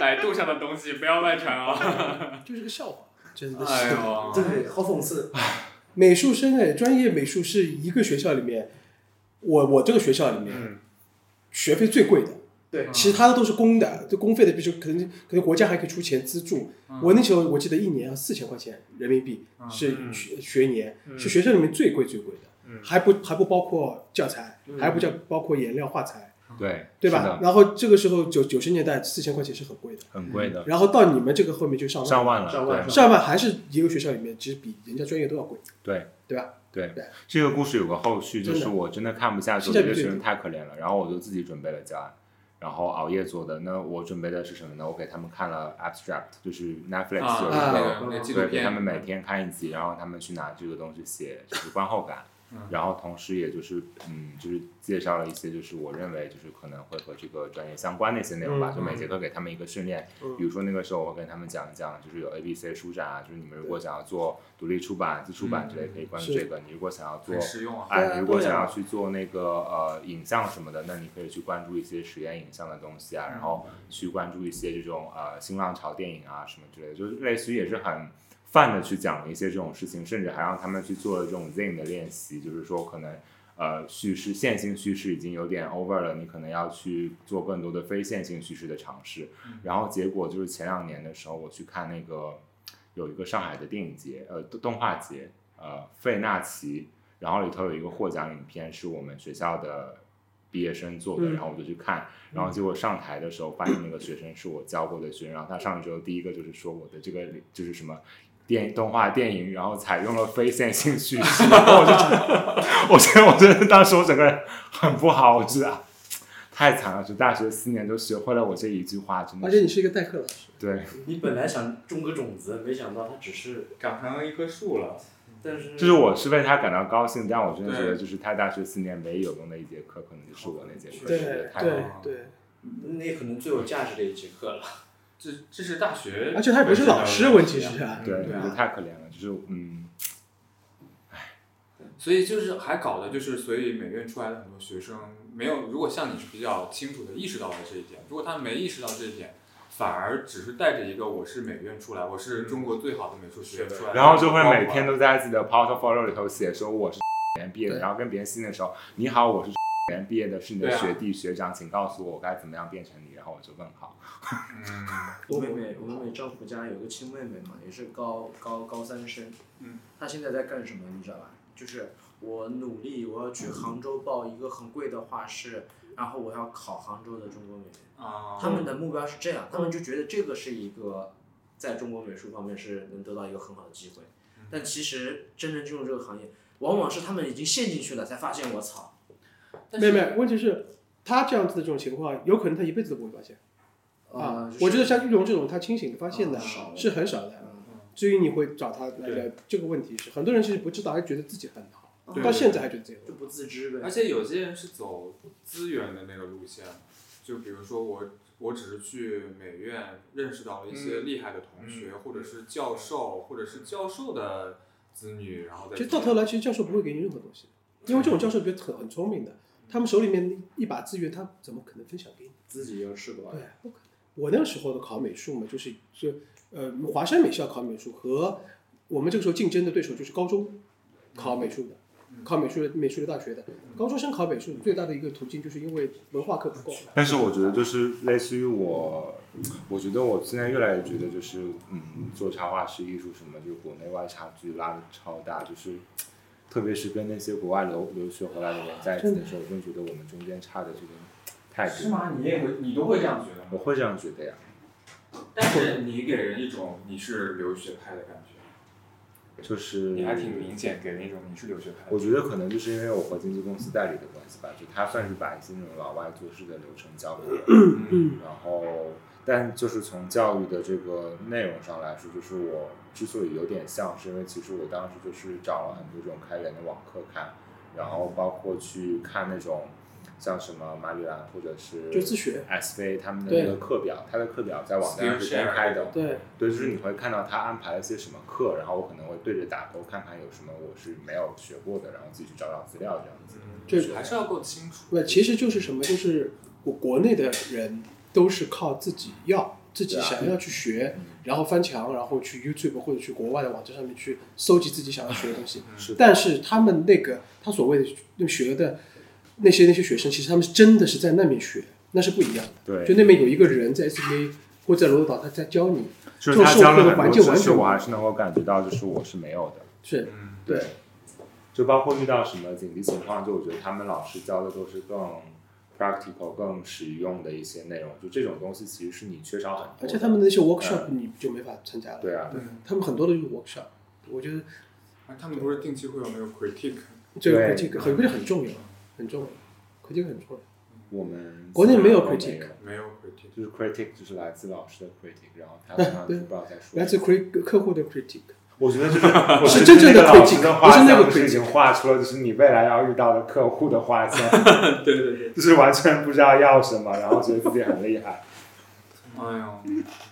百度上的东西不要外传哦。啊就是个笑话，真的哎是。呦，对，好讽刺。美术生哎，专业美术是一个学校里面，我我这个学校里面、嗯学费最贵的，对其他的都是公的，这公费的，比如说可能可能国家还可以出钱资助。我那时候我记得一年四千块钱人民币、是嗯学学年，嗯是学校里面最贵最贵的，嗯还不还不包括教材，嗯还不叫包括颜料、画材，对，哦对是吧的？然后这个时候九九十年代四千块钱是很贵的，很贵的，然后到你们这个后面就嗯上万，上上万了，万对了上万还是一个学校里面，其实比人家专业都要贵，对对吧？对对，这个故事有个后续，就真的是我真的看不下去，我性价觉比得学最生低太可怜了，然后我就自己准备了教案，然后熬夜做的。那我准备的是什么呢？我给他们看了 abstract，就是 Netflix 有一啊，那个个那个纪录对，给片，他们每天看一集，然后他们去拿这个东西写就是观后 [LAUGHS] 感，嗯然后同时也就是嗯，就是介绍了一些就是我认为就是可能会和这个专业相关的一些内容嗯吧，就每节课给他们一个训练，比如说那个时候我会跟他们讲一讲，就是有 A B C 书展啊，就是你们如果想要做独立出版、自出嗯版之类，可以关注是这个；你如果想要做很实用啊。哎，你如果对啊想要去做那个呃影像什么的，那你可以去关注一些实验影像的东西啊，然后嗯去关注一些这种呃新浪潮电影啊什么之类的，就是类似于也是很泛的去讲了一些这种事情，甚至还让他们去做了这种 Zing 的练习，就是说可能。呃，叙事线性叙事已经有点 over 了，你可能要去做更多的非线性叙事的尝试。然后结果就是前两年的时候，我去看那个有一个上海的电影节，呃，动动画节，呃，费纳奇，然后里头有一个获奖影片是我们学校的毕业生做的，嗯然后我就去看，然后结果上台的时候发现那个学生是我教过的学生，然后他上去之后第一个就是说我的这个就是什么。电动画电影，然后采用了非线性叙事， [LAUGHS] 然后我就觉得，我觉得我真的当时我整个人很不好，我觉得啊太惨了，就大学四年就学会了我这一句话，真的而是且你是一个代课老师，对，你本来想种个种子，没想到它只是，长成一棵树了。但是就是我是为他感到高兴，但我真的觉得对就是他大学四年唯一有用的一节课，可能就是我那节课，对实在太对好了对，那可能最有价值的一节课了。这这是大学，而且他也不是老师，问题是啊，对，对就啊，太可怜了，就是嗯，所以就是还搞的就是，所以美院出来的很多学生没有，如果像你是比较清楚的意识到了这一点，如果他没意识到这一点，反而只是带着一个我是美院出来，我是中国最好的美术学院出来嗯的，然后就会每天都在自己的 portfolio 里头写说我是年毕业的，对然后跟别人新的时候，你好，我是 [LAUGHS] 年毕业的，是你的对啊学弟学长，请告诉我我该怎么样变成你，然后我就问好，嗯，我妹妹，我妹妹丈夫家有个亲妹妹嘛，也是高高高三生。嗯。她现在在干什么，你知道吧？就是我努力，我要去杭州报一个很贵的画室，然后我要考杭州的中国美院。啊、他嗯们的目标是这样，他们就觉得这个是一个在中国美术方面是能得到一个很好的机会，但其实真正进入这个行业，往往是他们已经陷进去了，才发现我操，妹妹，问题是，他这样子的这种情况，有可能他一辈子都不会发现啊。就是我觉得像玉龙这种，他清醒的发现的啊少了是很少的嗯。至于你会找他来聊这个问题是，很多人其实不知道，还觉得自己很好，到现在还觉得自己很就好。不自知呗。啊而且有些人是走资源的那个路线，就比如说我，我只是去美院认识到了一些嗯厉害的同学，或者是教授，或者是教授的子女，然后再其实到头来，其实教授不会给你任何东西，因为这种教授比较很很聪明的，他们手里面一把资源，他怎么可能分享给你？自己有吃过对，不可能。我那个时候的考美术嘛，就是就呃华山美校考美术和我们这个时候竞争的对手就是高中考美术的，考美术的美术类大学的高中生考美术最大的一个途径，就是因为文化课不够。但是我觉得就是类似于我，我觉得我现在越来越觉得就是，嗯，做插画师艺术什么，就是国内外差距拉的超大，就是特别是跟那些国外留留学回来的人在一起的时候，我真觉得我们中间差的这个太是多。吗？你也会，你都会这样觉得我吗？会这样觉得呀，但是你给人一种你是留学派的感觉，就是你还挺明显给人一种你是留学派我的。觉得可能就是因为我和经纪公司代理的关系吧，就他算是把一些那种老外做事的流程交给我，嗯然后，但就是从教育的这个内容上来说，就是我之所以有点像，是因为其实我当时就是找了很多这种开源的网课看，然后包括去看那种像什么马里兰或者是就自学 S V 他们的那个课表，他的课表在网站是公开的，对，对，就是你会看到他安排了些什么课，然后我可能会对着打勾看看有什么我是没有学过的，然后自己去找找资料这样子。这还是要够清楚。那其实就是什么？就是我国内的人都是靠自己要。自己对啊想要去学，然后翻墙，然后去 YouTube 或者去国外的网站上面去搜集自己想要学的东西。是的，但是他们那个他所谓的那学的那些那些学生，其实他们是真的是在那边学，那是不一样的。对就，那边有一个人在 SBA 或者在罗德岛，他在教你，就就是他是教了我们很环多境知完识，全我不还是能够感觉到，就是我是没有的。是嗯，对，就包括遇到什么紧急情况，就我觉得他们老师教的都是更 practical、更实用的一些内容。就这种东西其实是你缺少很多的。而且他们的那些 workshop 你就没法参加了。对啊，他们很多的就是 workshop，我觉得啊他们不是定期会有那个 critique，这个对这个很这个很重要，很重要，这个很重要。我们国内没有都 critic 没有 critique。就是 critic 就是来自老师的 critic，然后 [LAUGHS] 他通常对是不知道在说。来自 cri- 客户的 critic，我觉得 [LAUGHS] 就是我是觉得真那正的个老师 critic，的不画是那个像已经画出了就是你未来要遇到的客户的画 [LAUGHS] 像， [LAUGHS] 对对对。就是完全不知道要什么，然后觉得自己很厉害。哎呦，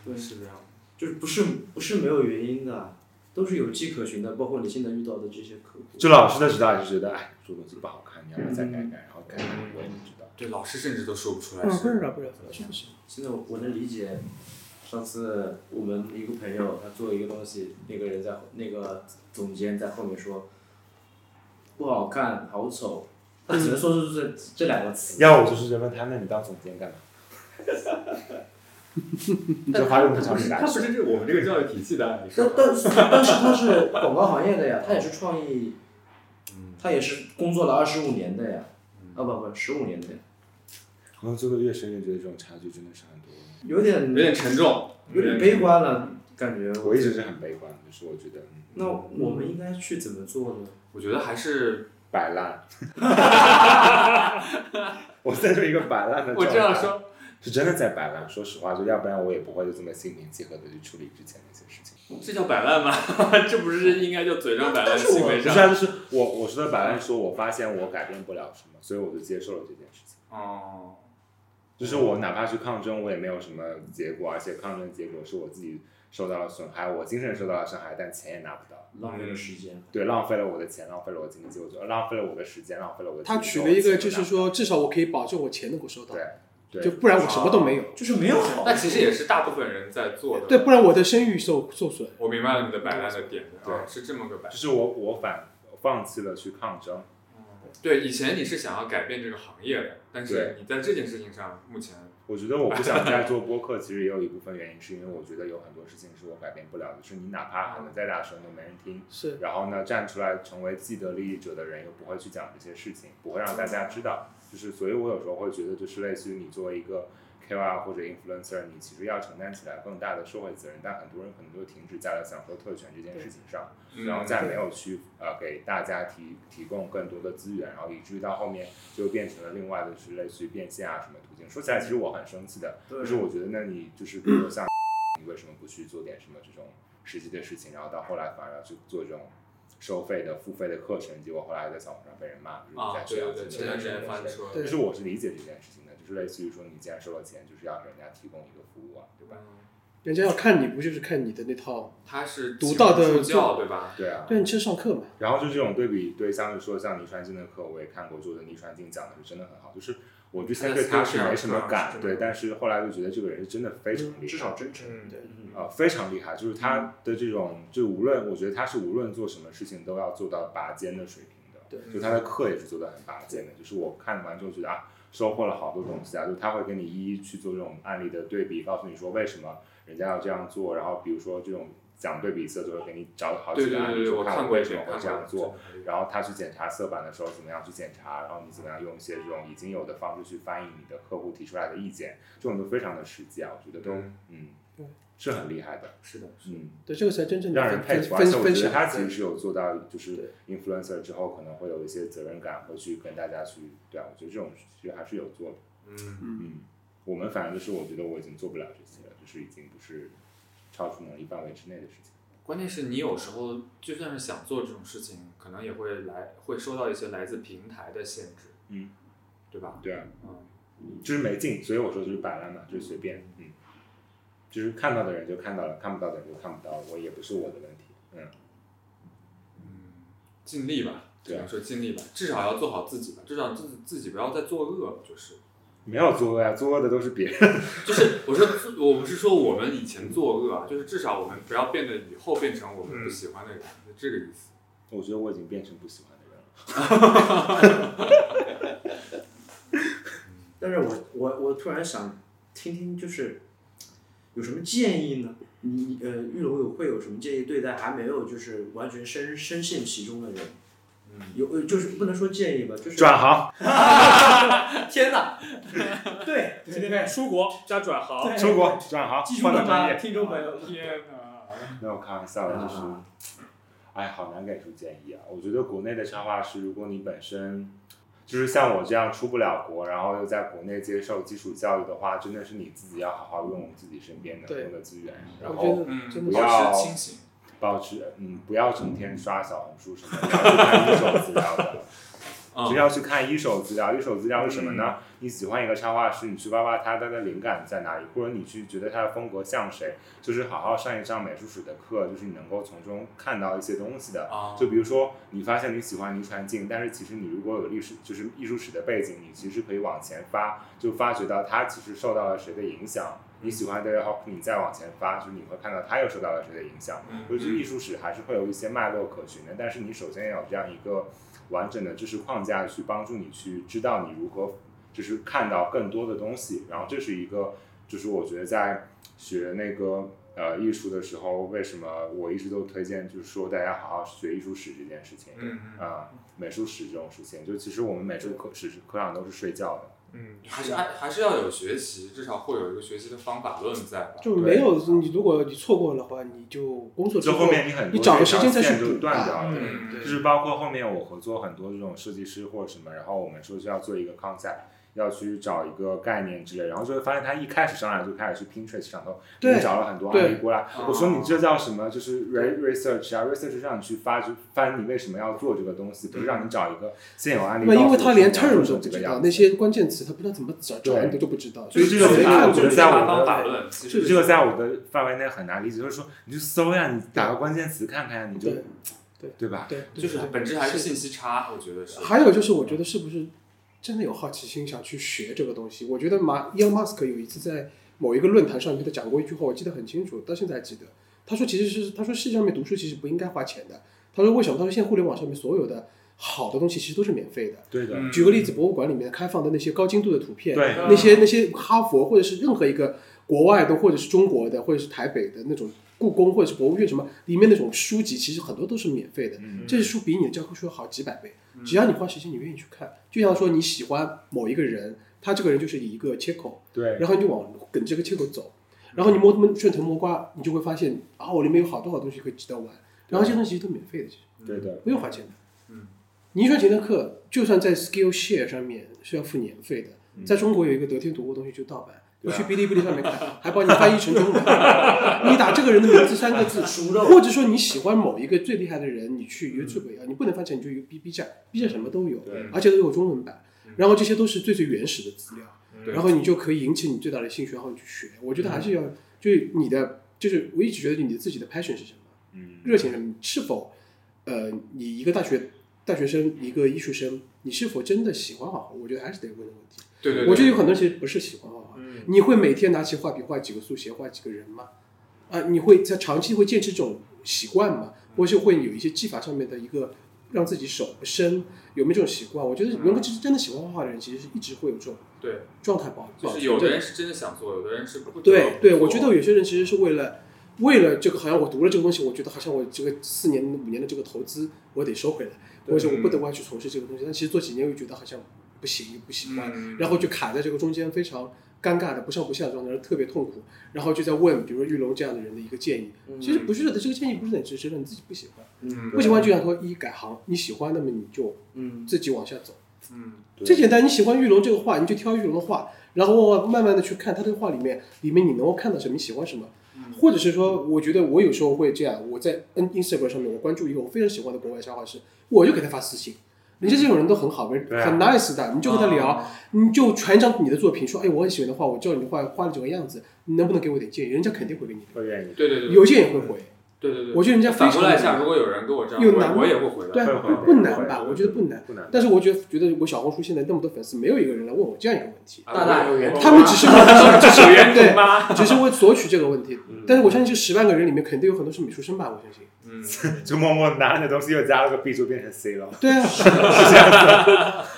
对是这样。就是不是不是没有原因的，都是有迹可循的，包括你现在遇到的这些客户。就老师的指导也是觉得，哎，这东西不好看，你要不要再改改？然后改，我也不知道。对，老师甚至都说不出来不然是不然不然是不是？现在我我能理解，上次我们一个朋友他做一个东西，那个人在那个总监在后面说，不好看，好丑，他只能说出这这两个词。 [LAUGHS] 要我就是人问他，那你当总监干嘛？这话用不着你他来不说。是这我们这个教育体系的，你说但但是但是他是广告行业的呀，他也是创意，他也是工作了二十五年的呀，啊不不十五年的呀，然后做的越深，越觉得这种差距真的是很多。有点有点沉重，有点悲观了，感觉我一直是很悲观，就是我觉得嗯那我们应该去怎么做呢？我觉得还是摆 [LAUGHS] 烂。我在做一个摆烂的我状态。这样说，是真的在摆烂。说实话，就要不然我也不会就这么心平气和的去处理之前那些事情。这叫摆烂吗？ [LAUGHS] 这不是应该叫嘴上摆烂，心不为是上？啊，就是我我说的摆烂，是说我发现我改变不了什么，所以我就接受了这件事情。哦，就是我哪怕去抗争，我也没有什么结果，而且抗争结果是我自己受到了损害，我精神受到了伤害，但钱也拿不到。浪费了时间，对，浪费了我的钱，浪费了我的经济，我就浪费了我的时间，浪费了我的精他力。举了一个，我就是说，至少我可以保证我钱能够收到，对就不然我什么都没有。就是没有好那其实也是大部分人在做的。对，不然我的声誉受受损。我明白了你的摆烂的点，对啊是这么个摆就。是我我反放弃了去抗争，对，以前你是想要改变这个行业的，但是对你在这件事情上目前我觉得我不想再做播客，其实也有一部分原因是因为我觉得有很多事情是我改变不了的，就是你哪怕喊得再大声都没人听。是，然后呢，站出来成为既得利益者的人又不会去讲这些事情，不会让大家知道。就是，所以我有时候会觉得，就是类似于你作为一个 KOL 或者 influencer，你其实要承担起来更大的社会责任，但很多人可能就停止在了享受特权这件事情上。然嗯后再没有去呃给大家提提供更多的资源，然后以至于到后面就变成了另外的是类似于变现啊什么途径。说起来，其实我很生气的，对就是我觉得那你就是比如说像你为什么不去做点什么这种实际的事情，然后到后来反而要去做这种收费的付费的课程，结果后来在小红书上被人骂，就是啊在，对学校对之对，类的前段时间这种翻事车，啊对就是我是理解这件事情的，就是类似于说你既然收了钱，就是要给人家提供一个服务啊，对吧？人家要看你，不就是看你的那套？他是独到的助教对吧？对啊，对，你去上课嘛。然后就这种对比对，像是说像倪川进的课，我也看过，就是倪川进讲的是真的很好，就是我之前对他是没什么感，对，但是后来就觉得这个人是真的非常厉害，至少真诚。嗯，嗯呃非常厉害，就是他的这种，就无论我觉得他是无论做什么事情都要做到拔尖的水平的，对就他的课也是做的很拔尖的，就是我看完之后觉得啊，收获了好多东西啊，就他会跟你一一去做这种案例的对比，告诉你说为什么人家要这样做，然后比如说这种讲对比色就会给你找好对几对个案对例，对，说我看过为也什么看会过这样做，，真的然后他去检查色板的时候怎么样去检查，然后你怎么样用一些这种已经有的方式去翻译你的客户提出来的意见，这种都非常的实际啊，我觉得都嗯嗯对是很厉害的，是的，嗯，对，这个才真正的让人分佩分服。而且分我分觉得享。他其实是有做到，就对是 influencer 之后可能会有一些责任感，会去跟大家去对啊，我觉得这种其实还是有做的，嗯，嗯，我们反正就是我觉得我已经做不了这些了，就是已经不是超出能力范围之内的事情，关键是你有时候就算是想做这种事情，可能也会来会受到一些来自平台的限制，嗯，对吧？对啊，嗯，就是没劲，所以我说就是摆烂嘛，就是随便，嗯，就是看到的人就看到了，看不到的人就看不到了，我也不是我的问题，嗯，尽力吧，只对啊能说尽力吧，至少要做好自己吧，至少自自己不要再作恶，就是。没有作恶呀、作恶的都是别人， [LAUGHS] 就是我说，我不是说我们以前作恶啊，就是至少我们不要变得以后变成我们不喜欢的人，就这个意思。我觉得我已经变成不喜欢的人了，但是我我我突然想听听，就是有什么建议呢？你你呃，玉龙有会有什么建议对待还没有就是完全深深陷其中的人？嗯，有呃就是不能说建议吧，就是转行天哪， [LAUGHS] [LAUGHS] 对对对，出国加转哎行，出国转行记住换了个专吗，业，听众朋友们？天哪！没有开玩笑的，就是，哎，好难给出建议啊。我觉得国内的插画师，如果你本身就是像我这样出不了国，然后又在国内接受基础教育的话，真的是你自己要好好用自己身边能对用的资源，然我后觉得嗯，真的不是要保持清醒。保持嗯，不要整天刷小红书什么的，要去看一手资料的，只要去看一手资料。一 [LAUGHS] 嗯，手资料是什么呢？你喜欢一个插画师，你去挖挖他他的灵感在哪里，或者你去觉得他的风格像谁，就是好好上一上美术史的课，就是你能够从中看到一些东西的。啊，就比如说，你发现你喜欢倪传静，但是其实你如果有历史，就是艺术史的背景，你其实可以往前发，就发觉到他其实受到了谁的影响。你喜欢 David Hockney，你再往前发，就是你会看到他又受到了谁的影响。嗯我觉得艺术史还是会有一些脉络可循的，但是你首先要有这样一个完整的知识框架去帮助你去知道你如何，就是看到更多的东西，然后这是一个就是我觉得在学那个呃艺术的时候，为什么我一直都推荐，就是说大家好好学艺术史这件事情，嗯嗯啊、美术史这种事情，就其实我们美术课史科上都是睡觉的，嗯，还是还还是要有学习，至少会有一个学习的方法论在吧？就没有你，如果你错过的话，你就工作之就后面你很多你找个时间再这条去线就补断吧掉了。嗯啊对就是包括后面我合作很多这种设计师或者什么，然后我们说是要做一个 concept，要去找一个概念之类，然后就会发现他一开始上来就开始去 Pinterest 上头，对你找了很多案例过来。我说你这叫什么？就是 re research 啊，research 让你去发掘翻你为什么要做这个东西，不是让你找一个现有案例。那因为他连 term term 都都不这知个道样，子那些关键词他不知道怎么找，找对你都不知道。所以这个谁没办看法过我觉得缺在乏我方的法论，其实这个在我的范围内很难理解，就是说你去搜呀，你打个关键词看看，你就对对吧？对，对就是对本质还是是信息差，我觉得是。还有就是，我觉得是不是真的有好奇心想去学这个东西？我觉得马伊 m 马斯克有一次在某一个论坛上面他讲过一句话，我记得很清楚，到现在还记得。他说其实是他说世界上面读书其实不应该花钱的。他说为什么？他说现在互联网上面所有的好的东西其实都是免费的。对的，嗯举个例子，博物馆里面开放的那些高精度的图片，对那些那些哈佛或者是任何一个国外的，或者是中国的，或者是台北的那种故宫或者是博物院什么里面那种书籍，其实很多都是免费的。嗯这些书比你的教科书要好几百倍，只要你花时间，你愿意去看。就像说你喜欢某一个人，他这个人就是一个切口，对。然后你就往跟这个切口走，嗯然后你摸摸顺藤摸瓜，你就会发现啊，我里面有好多好东西可以值得玩。然后这些东西都免费的，其实对的，不用花钱的。嗯，你一赚钱的课，就算在 Skillshare 上面是要付年费的，在中国有一个得天独厚的东西，就盗版。嗯我对啊去哔哩哔哩上面看，还帮你翻译成中文。 [LAUGHS] 你打这个人的名字三个字， [LAUGHS] 或者说你喜欢某一个最厉害的人，你去 YouTube 啊也好，你不能翻成你就 B B 站，B 站什么都有，嗯对嗯而且都有中文版。然后这些都是最最原始的资料，对然后你就可以引起你最大的兴趣，然后你去学。我觉得还是嗯要，就是你的，就是我一直觉得你自己的 passion 是什么。嗯，热情人是否，呃，你一个大学大学生，一个艺术生，你是否真的喜欢画画？我觉得还是得问的问题。对对对，我觉得有很多人其实不是喜欢画画，嗯你会每天拿起画笔画几个速写，画几个人吗？啊，你会在长期会坚持这种习惯吗？或是会有一些技法上面的一个让自己手伸，有没有这种习惯？我觉得能够真真的喜欢画画的人，其实是一直会有这种嗯对，状态保就保是持有着的人是真的想做，有的人是不得对不对，做我觉得有些人其实是为了为了这个，好像我读了这个东西，我觉得好像我这个四年五年的这个投资，我得收回来，或者我不得不要去从事这个东西。但其实做几年又觉得好像不行，又不喜欢，嗯然后就卡在这个中间非常尴尬的不上不下的状态，然后特别痛苦。然后就在问，比如说玉龙这样的人的一个建议，其实不是的，这个建议不是很值，是你自己不喜欢，嗯不喜欢就想说一改行，你喜欢那么你就嗯自己往下走。嗯对最简单，你喜欢玉龙这个画，你就挑玉龙的画，然后慢慢的去看他这个画里面，里面你能够看到什么，你喜欢什么，嗯或者是说，我觉得我有时候会这样，我在 N Instagram 上面，我关注一个我非常喜欢的国外插画师，我就给他发私信。人家这种人都很好，人对啊哦很 nice 的，你就跟他聊，你就传一张你的作品，说，哎，我很喜欢的画，我知道你的画画的这个样子，你能不能给我点建议？人家肯定会给你会愿意。对对对，的，邮件也会回，对对对，我觉得人家非常反过来一下，如果有人跟我这样，有我难我也会回对来。啊，会会不会难会吧？会我觉得不难。不难，但是我觉得，觉得我小红书现在那么多粉丝，没有一个人来问我这样一个问题。啊大大有缘他们只是问，只是对，妈，只是为索取这个问题。但是我相信这十万个人里面肯定有很多是美术生吧，我相信。嗯，就默默拿你的东西又加了个 B 就变成 C 了。对啊，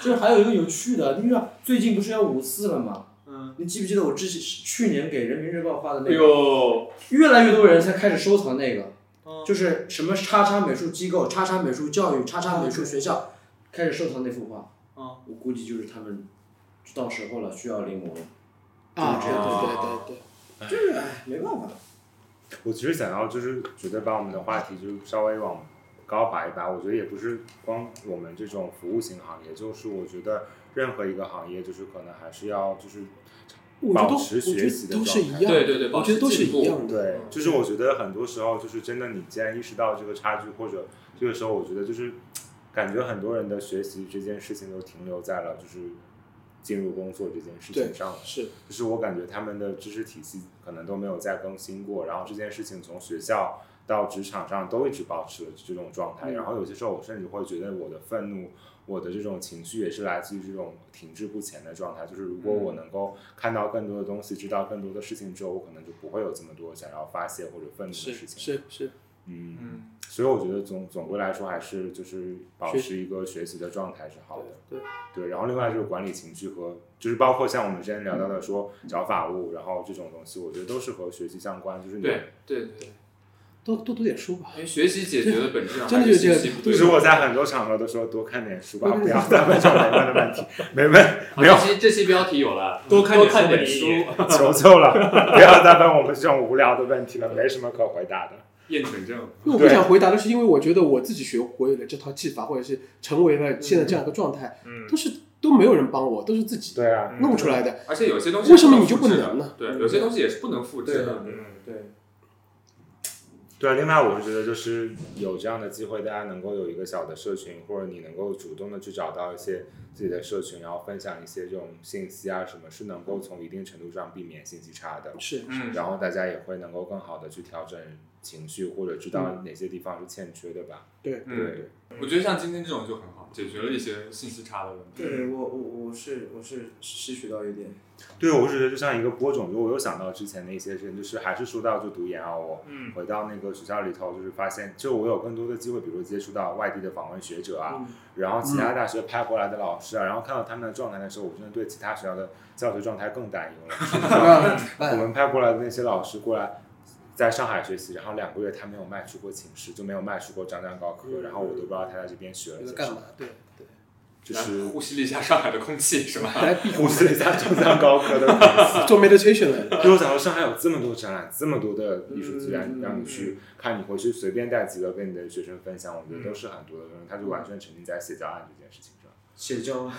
就是还有一个有趣的，因为最近不是要五四了嘛，嗯，你记不记得我之前去年给人民日报发的那哎个？呦，越来越多人才开始收藏那个，哦嗯就是什么叉叉美术机构、叉叉美术教育、叉叉美术学校，开始收藏那幅画。嗯哦我估计就是他们到时候了，需要临摹了。啊，就对是这样对对对对，就是哎，没办法。我其实想要就是觉得把我们的话题就是稍微往高拔一拔，我觉得也不是光我们这种服务型行业，就是我觉得任何一个行业就是可能还是要就是我觉得都保我持觉学得习的都是状一样态。对的，对对，我觉得都是一样的。对，就是我觉得很多时候就是真的，你既然意识到这个差距，或者这个时候，我觉得就是感觉很多人的学习这件事情都停留在了就是进入工作这件事情对上了。是，就是我感觉他们的知识体系可能都没有再更新过，然后这件事情从学校到职场上都一直保持这种状态，然后有些时候我甚至会觉得我的愤怒。我的这种情绪也是来自于这种停滞不前的状态，就是如果我能够看到更多的东西，知道更多的事情之后，我可能就不会有这么多想要发泄或者愤怒的是事情。是是，嗯，嗯，所以我觉得总总归来说还是就是保学持一个学习的状态是好的。对对，然后另外就是管理情绪和就是包括像我们之前聊到的说找法务，然后这种东西，我觉得都是和学习相关。就是你对对对，多多读点书吧。因为学习解决的本质上真的还是信就是息不就对是称。我在很多场合都说多看点书吧，对对不对要再问这种没问的问题，没问好没有这期这期标题有了，多看点哎看书点本书，求求了，不要再问我们这种无聊的问题了，没什么可回答的。验准证。因为我不想回答的是，因为我觉得我自己学会了这套技法，或者是成为了现在这样一个状态，嗯都是都没有人帮我，都是自己对啊，弄出来的。而且有些东西为什么你是就不不能复制能呢的？？对，有些东西也是不能复制的。嗯，对，对啊，另外我是觉得就是有这样的机会，大家能够有一个小的社群，或者你能够主动的去找到一些自己的社群，然后分享一些这种信息啊，什么是能够从一定程度上避免信息差的。是，嗯，然后大家也会能够更好的去调整情绪，或者知道哪些地方是欠缺的吧。对，嗯对，我觉得像今天这种就很好，解决了一些信息差的问题。对我我我是我是吸取到一点，对，我是觉得就像一个播种，就我又想到之前的一些事情，就是还是说到就读研啊，我嗯回到那个学校里头，就是发现，就我有更多的机会，比如接触到外地的访问学者啊，嗯然后其他大学派过来的老师啊，然后看到他们的状态的时候，我真的对其他学校的教学状态更担忧了。我们派过来的那些老师过来，在上海学习，然后两个月他没有迈出过寝室，就没有迈出过张张高科，然后我都不知道他在这边学了为了些干什嘛么，？ [LAUGHS] 对，就是来呼吸了一下上海的空气，是吧？来避呼吸了一下张张高科的名字。做 meditation 来。对我想说，上海有这么多展览，这么多的艺术资源嗯让你去看，你回去随便带几个跟你的学生分享，我觉得都是很多的。他就完全沉浸在写教案这件事情上。[LAUGHS] 写交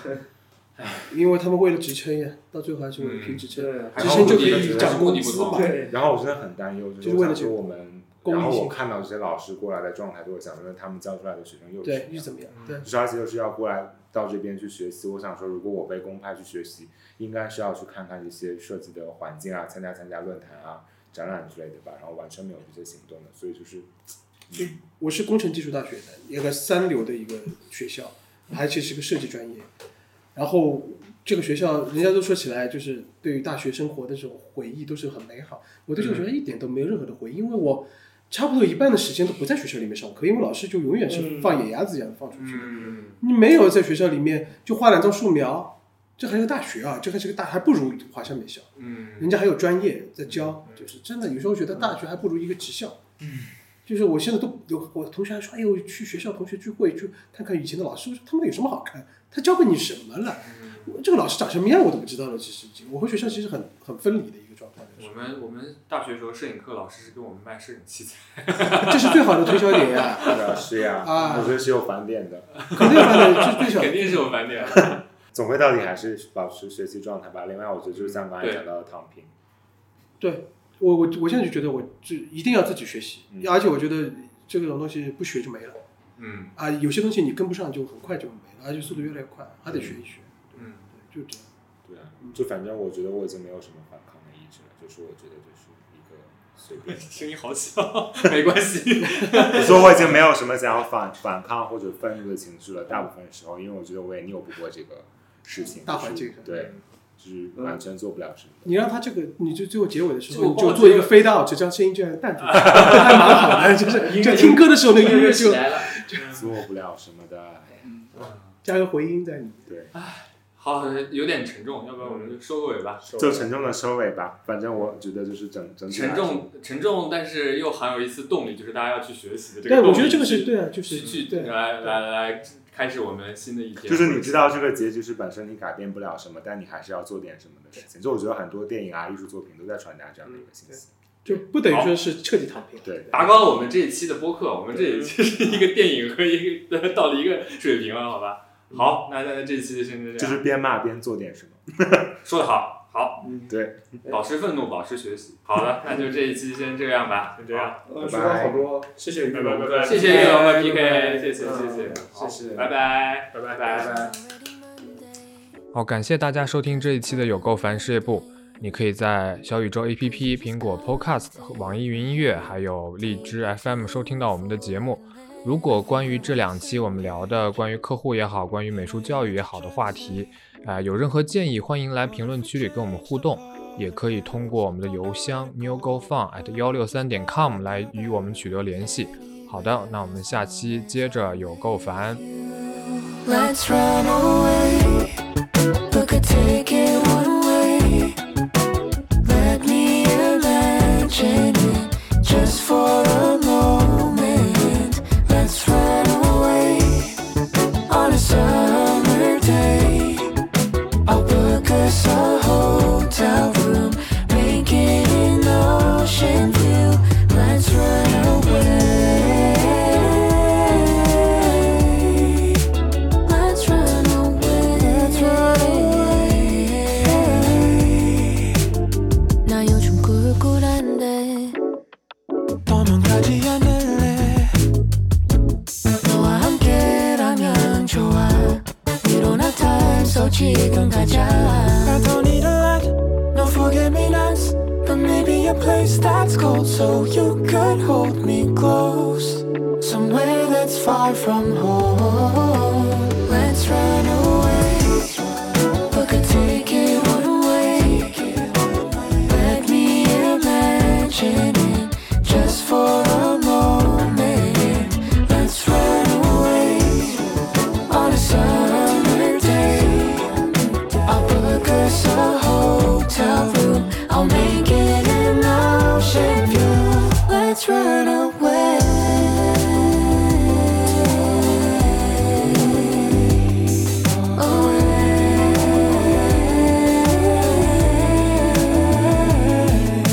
因为他们为了职称呀，到最后还是为了拼职称，对职称就可嗯还好我觉以得涨工还资好我吧觉。对，然后我真的很担忧，就就是我为想了这说个我们，公益然后我性看到这些老师过来的状态，就会想说他们教出来的学生又是对什，么又样怎么样？对，就是而且又是要过来到这边去学习。我想说，如果我被公派去学习，应该是要去看看这些设计的环境啊，参加参加论坛啊、展览之类的吧。然后完全没有这些行动的，所以就是我是工程技术大学的，一个三流的一个学校，而且是个设计专业。然后这个学校，人家都说起来就是对于大学生活的这种回忆都是很美好。我对这嗯个学校一点都没有任何的回忆，因为我差不多一半的时间都不在学校里面上课，因为老师就永远嗯是放野鸭子一样放出去。嗯，你没有在学校里面就画两张素描，这还是个大学啊，这还是个大，还不如华夏美校。嗯，人家还有专业在教，就是真的，有时候觉得大学还不如一个职校。嗯嗯就是我现在都有我同学还说，哎呦，去学校同学聚会去看看以前的老师，我说他们有什么好看？他教给你什么了？嗯我这个老师长什么样我都不知道了。其实已经，我和学校其实很很分离的一个状态， [LAUGHS] 我们我们大学时候摄影课老师是给我们卖摄影器材，这是最好的推销点呀、是啊，是呀、 [LAUGHS] 啊我觉得是有返点的。肯定发的是最啊小肯的。定是有返点 [LAUGHS] 的。总归到底还是保持学习状态吧。另外，我觉得就是像刚才讲到的躺平，对我我我现在就觉得我就一定要自己学习，嗯而且我觉得这种东西不学就没了嗯啊，有些东西你跟不上就很快就没了，而且速度越来越快，还得学一学，嗯，。对就这样。对啊，就反正我觉得我已经没有什么反抗的意志了，就是我觉得就是一个随便 [LAUGHS] 声音好小， [LAUGHS] 没关系。我说我已经没有什么想要反反抗或者愤怒的情绪了，大部分时候，因为我觉得我也拗不过这个事情，大环境就是对，嗯就是完全做不了什么。你让他这个，你就最后结尾的时这候，个你就做一个飞到，只将声音这样 [LAUGHS] 淡出去，还蛮好的。就是就听歌的时候，那个音 [LAUGHS] 乐起就来了，嗯做不了什么的，哎加个回音在里面。对，好，有点沉重，要不然我们就收个尾吧。就沉重的收尾吧。反正我觉得就是整整体来沉说重，沉重，但是又含有一丝动力，就是大家要去学习的这个对，动力。我觉得这个是对啊，就去是去对啊，来来来，开始我们新的一天。就是你知道这个结局是本身你改变不了什么，但你还是要做点什么的事情。就我觉得很多电影啊、艺术作品都在传达这样的一个信息。就不等于说是彻底躺平。对，达高了我们这一期的播客，我们这一期是一个电影和一个到了一个水平了，好吧？好，那那那这一期就先这就样。是边骂边做点什么。说的好，好，对，保持愤怒，保持学习。好的，那就这一期先这样吧，先这样好。呃学到好多，谢谢玉拜拜龙拜，拜，谢谢玉龙和拜拜 PK，谢谢嗯谢谢，好谢谢拜拜拜拜拜拜。好，感谢大家收听这一期的有够烦事业部。你可以在小宇宙 APP、苹果 Podcast 和网易云音乐，还有荔枝 FM 收听到我们的节目。如果关于这两期我们聊的关于客户也好，呃关于美术教育也好的话题，啊、有任何建议，欢迎来评论区里跟我们互动。也可以通过我们的邮箱 newgofun at 幺六三点 com 来与我们取得联系。好的，那我们下期接着有够烦。 Let's run away. We could take it one way. Let me imagine it just for a moment. Let's run away on a summer day. I'll book us a hotel room, make it an ocean view. Let's run away. Let's run away. Let's run away. 나 요즘 꿀꿀한데 도망가지 않을래 너와 함께라면 좋아 일어나 time so 지금 가자 I don't need a lot No forget me nots But maybe a place that's cold So you could hold me close Somewhere that's far from home Let's run away We could take it one way Let me imagine it Just for a moment Let's run away on a summer day. I'll book us a hotel room. I'll make it an ocean view. Let's run away. Away.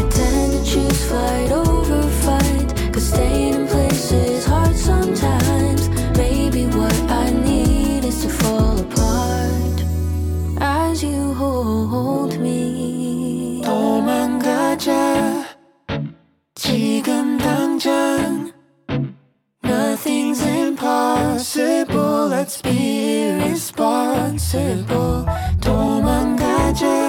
Attendant she's fight over fight. Cause staying in place is hard sometimes. Maybe what I need is to fall apart as you hold me. 도망가자 지금 당장 Nothing's impossible. Let's be irresponsible. 도망가자